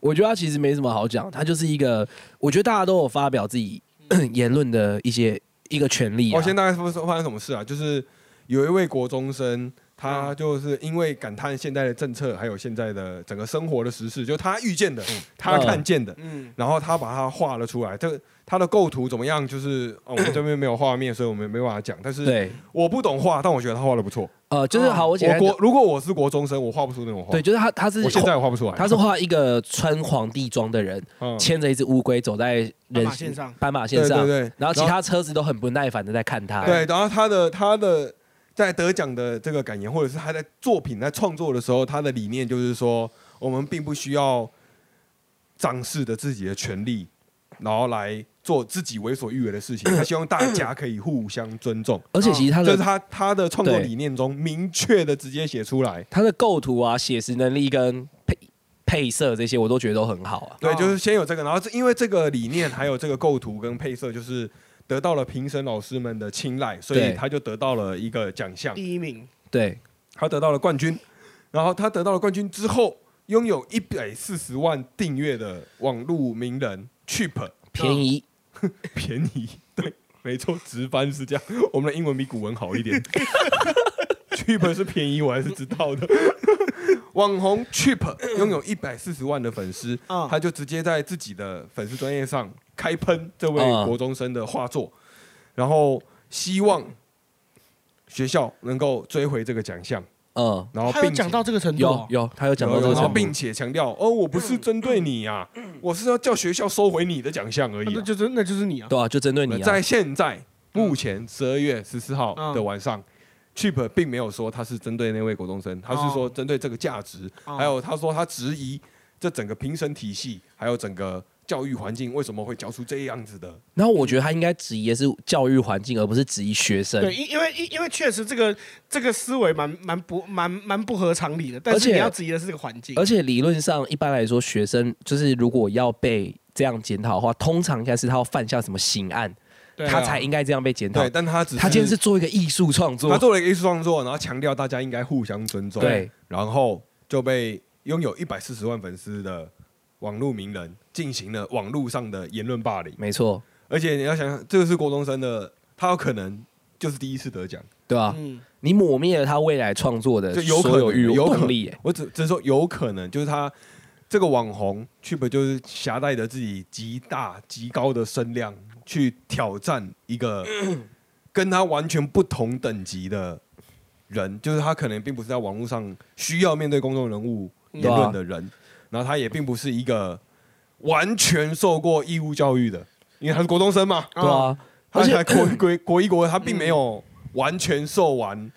我觉得他其实没什么好讲，他就是一个，我觉得大家都有发表自己嗯 言论的一些一个权利、啊。我先大概说说发生什么事啊，就是有一位国中生，嗯他就是因为感叹现在的政策，还有现在的整个生活的时事，就他遇见的，嗯他看见的，嗯，然后他把它画了出来。这个他的构图怎么样？就是、 哦、我们这边没有画面，所以我们没办法讲。但是对，我不懂画，但我觉得他画的不错。呃，就是好，我简我单国如果我是国中生，我画不出那种画。对，，就是他，他是我现在也画不出来。他是画一个穿皇帝装的人，嗯牵着一只乌龟走在斑人马线上，斑马线对上，对对，然后其他车子都很不耐烦的在看他。对，然后他的他的在得奖的这个感言，或者是他在作品在创作的时候，他的理念就是说，我们并不需要仗势的自己的权利，然后来做自己为所欲为的事 情。他希望大家可以互相尊重，而且其实他这的是他他的创作对理念中明确的直接写出来。他的构图啊、写实能力跟配配色这些，我都觉得都很好啊。对，哦就是先有这个，然后这因为这个理念还有这个构图跟配色，就是得到了评审老师们的青睐，所以对他就得到了一个奖项。第一名，对，他得到了冠军，然后他得到了冠军之后，拥有一百四十万订阅的网络名人 Cheap 便宜。便宜，对，没错，直翻是这样。我们的英文比古文好一点。Cheap 是便宜，我还是知道的。网红 Cheap 拥有一百四十万的粉丝，嗯他就直接在自己的粉丝专业上开喷这位嗯国中生的画作，然后希望学校能够追回这个奖项，嗯，然后他有并且讲到这个程度有哦，有，他有讲到有这个有然后程并度。且强调，哦，我不是针对你啊，我是要叫学校收回你的奖项而已那啊、就是那就是你啊，对啊，就针对你啊。在现在目前十二月十四号的晚上、c h i p 并没有说他是针对那位国中生，他是说针对这个价值，哦还有他说他质疑这整个评审体系，还有整个教育环境为什么会教出这样子的。然后我觉得他应该质疑的是教育环境，而不是质疑学生。对，因因为因因为确实这个这个思维蛮蛮不蛮蛮不合常理的，但而是且你要质疑的是这个环境而，且理论上，一般来说，学生就是如果要被这样检讨的话，通常应该是他要犯下什么刑案，对他才应该这样被检讨啊对，。但他只是他今天是做一个艺术创作他，做了一个艺术创作，然后强调大家应该互相尊重，对，然后就被拥有一百四十万粉丝的网络名人进行了网络上的言论霸凌，没错，而且你要想想，这个是国中生的，他有可能就是第一次得奖，对吧、嗯，你抹灭了他未来创作的就有可所有能，欲有可动能力、欸，我只只是说有可能，就是他这个网红 Chip 就是携带着自己极大极高的声量去挑战 一个跟他完全不同等级的人，就是他可能并不是在网络上需要面对公众人物言论的啊人，然后他也并不是一个完全受过义务教育的，因为他是国中生嘛，对啊，他而且才国国国一国二，他并没有完全受嗯完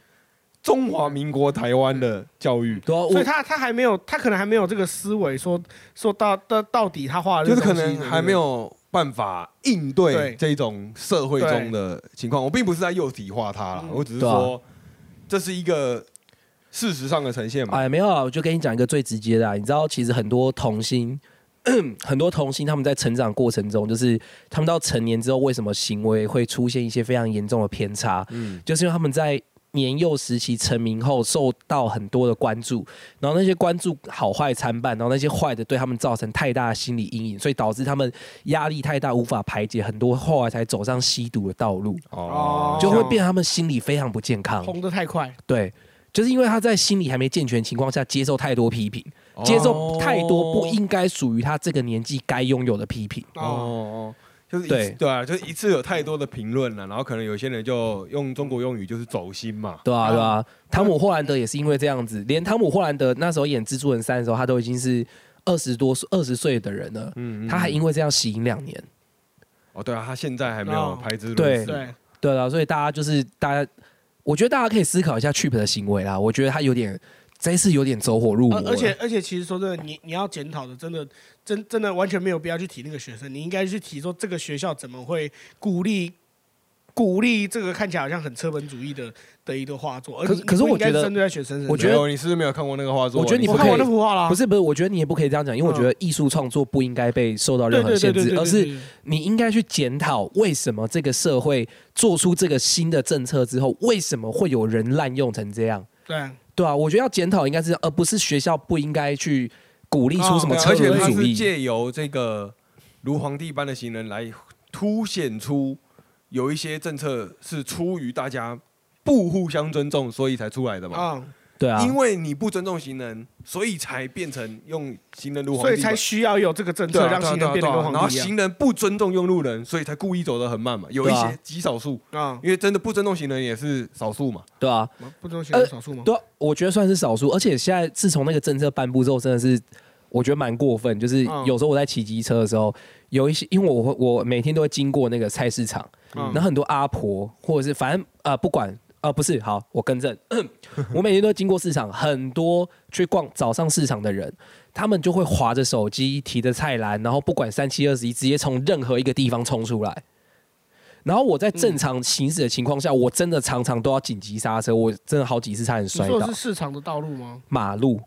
中华民国台湾的教育。对啊，所以我他他还没有，他可能还没有这个思维，说说到到到底他嗯画的就是这可个东西能还没有办法应对对这种社会中的情况。我并不是在幼体化它啦嗯，我只是对啊说这是一个事实上的呈现嘛。哎没有啊，我就跟你讲一个最直接的、啊，你知道，其实很多童星， 很多童星他们在成长过程中，就是他们到成年之后，为什么行为会出现一些非常严重的偏差？嗯，就是因为他们在年幼时期成名后受到很多的关注，然后那些关注好坏参半，然后那些坏的对他们造成太大的心理阴影，所以导致他们压力太大，无法排解，很多后来才走上吸毒的道路，哦就会变得他们心理非常不健康。红的太快，对，就是因为他在心理还没健全的情况下接受太多批评，哦接受太多不应该属于他这个年纪该拥有的批评。哦哦。就是一对对啊，就是一次有太多的评论了，然后可能有些人就用中国用语就是走心嘛，对啊，对嗯啊，汤姆·霍兰德也是因为这样子，连汤姆·霍兰德那时候演《蜘蛛人三》的时候，他都已经是二十多岁、二十岁的人了，嗯，嗯他还因为这样息影两年。哦对啊，他现在还没有哦排之如对指对，对啊，所以大家就是大家，我觉得大家可以思考一下 Chip 的行为啦。我觉得他有点这一次有点走火入魔而了，而且而且其实说真的，你你要检讨的，真的真真的完全没有必要去提那个学生，你应该去提说这个学校怎么会鼓励。鼓励这个看起来好像很车本主义的的一个画作，而可你可是不我应该觉得针对在学生身上。我觉得没有你是不是没有看过那个画作？我觉得你我不看可以我那幅画啦，不是不是，我觉得你也不可以这样讲，因为我嗯觉得艺术创作不应该被受到对任对何对限对制，对，而是对你应该去检讨为什么这个社会做出这个新的政策之后，为什么会有人滥用成这样？啊对，呃对啊，我觉得要检讨应该是，而不是学校不应该去鼓励出什么对啊车而且轮他主是义。借由这个如皇帝般的行人来凸显出有一些政策是出于大家不互相尊重，所以才出来的嘛。啊，对啊，因为你不尊重行人，所以才变成用行人如皇所帝以吧，才需要有这个政对策啊让对啊行对人啊变对得啊跟然后皇帝一样行人不尊重用路人，所以才故意走得很慢嘛。有一对啊些极少数，啊，因为真的不尊重行人也是少数嘛。对啊，不中行人少数吗？对啊，我觉得算是少数。而且现在自从那个政策颁布之后，真的是我觉得蛮过分。就是嗯有时候我在骑机车的时候，有一些因为我会我每天都会经过那个菜市场，嗯然后很多阿婆或者是反正呃不管呃不是好，我更正， 我每天都会经过市场，很多去逛早上市场的人。他们就会划着手机，提着菜篮，然后不管三七二十一，直接从任何一个地方冲出来。然后我在正常行驶的情况下，我真的常常都要紧急刹车，我真的好几次差点你摔说倒的是。市场的道路吗？马路，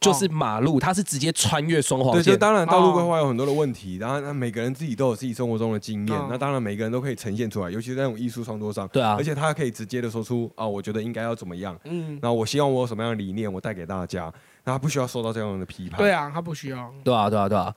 就是马路，它是直接穿越双黄对，就线。当然道路哦规划有很多的问题，然后那每个人自己都有自己生活中的经验嗯，那当然每个人都可以呈现出来，尤其是在那种艺术创作上，哦对啊而且他可以直接的说出啊，我觉得应该要怎么样，嗯，然后我希望我有什么样的理念，我带给大家，那他不需要受到这样的批判。对啊，他不需要。对啊，对啊，对啊。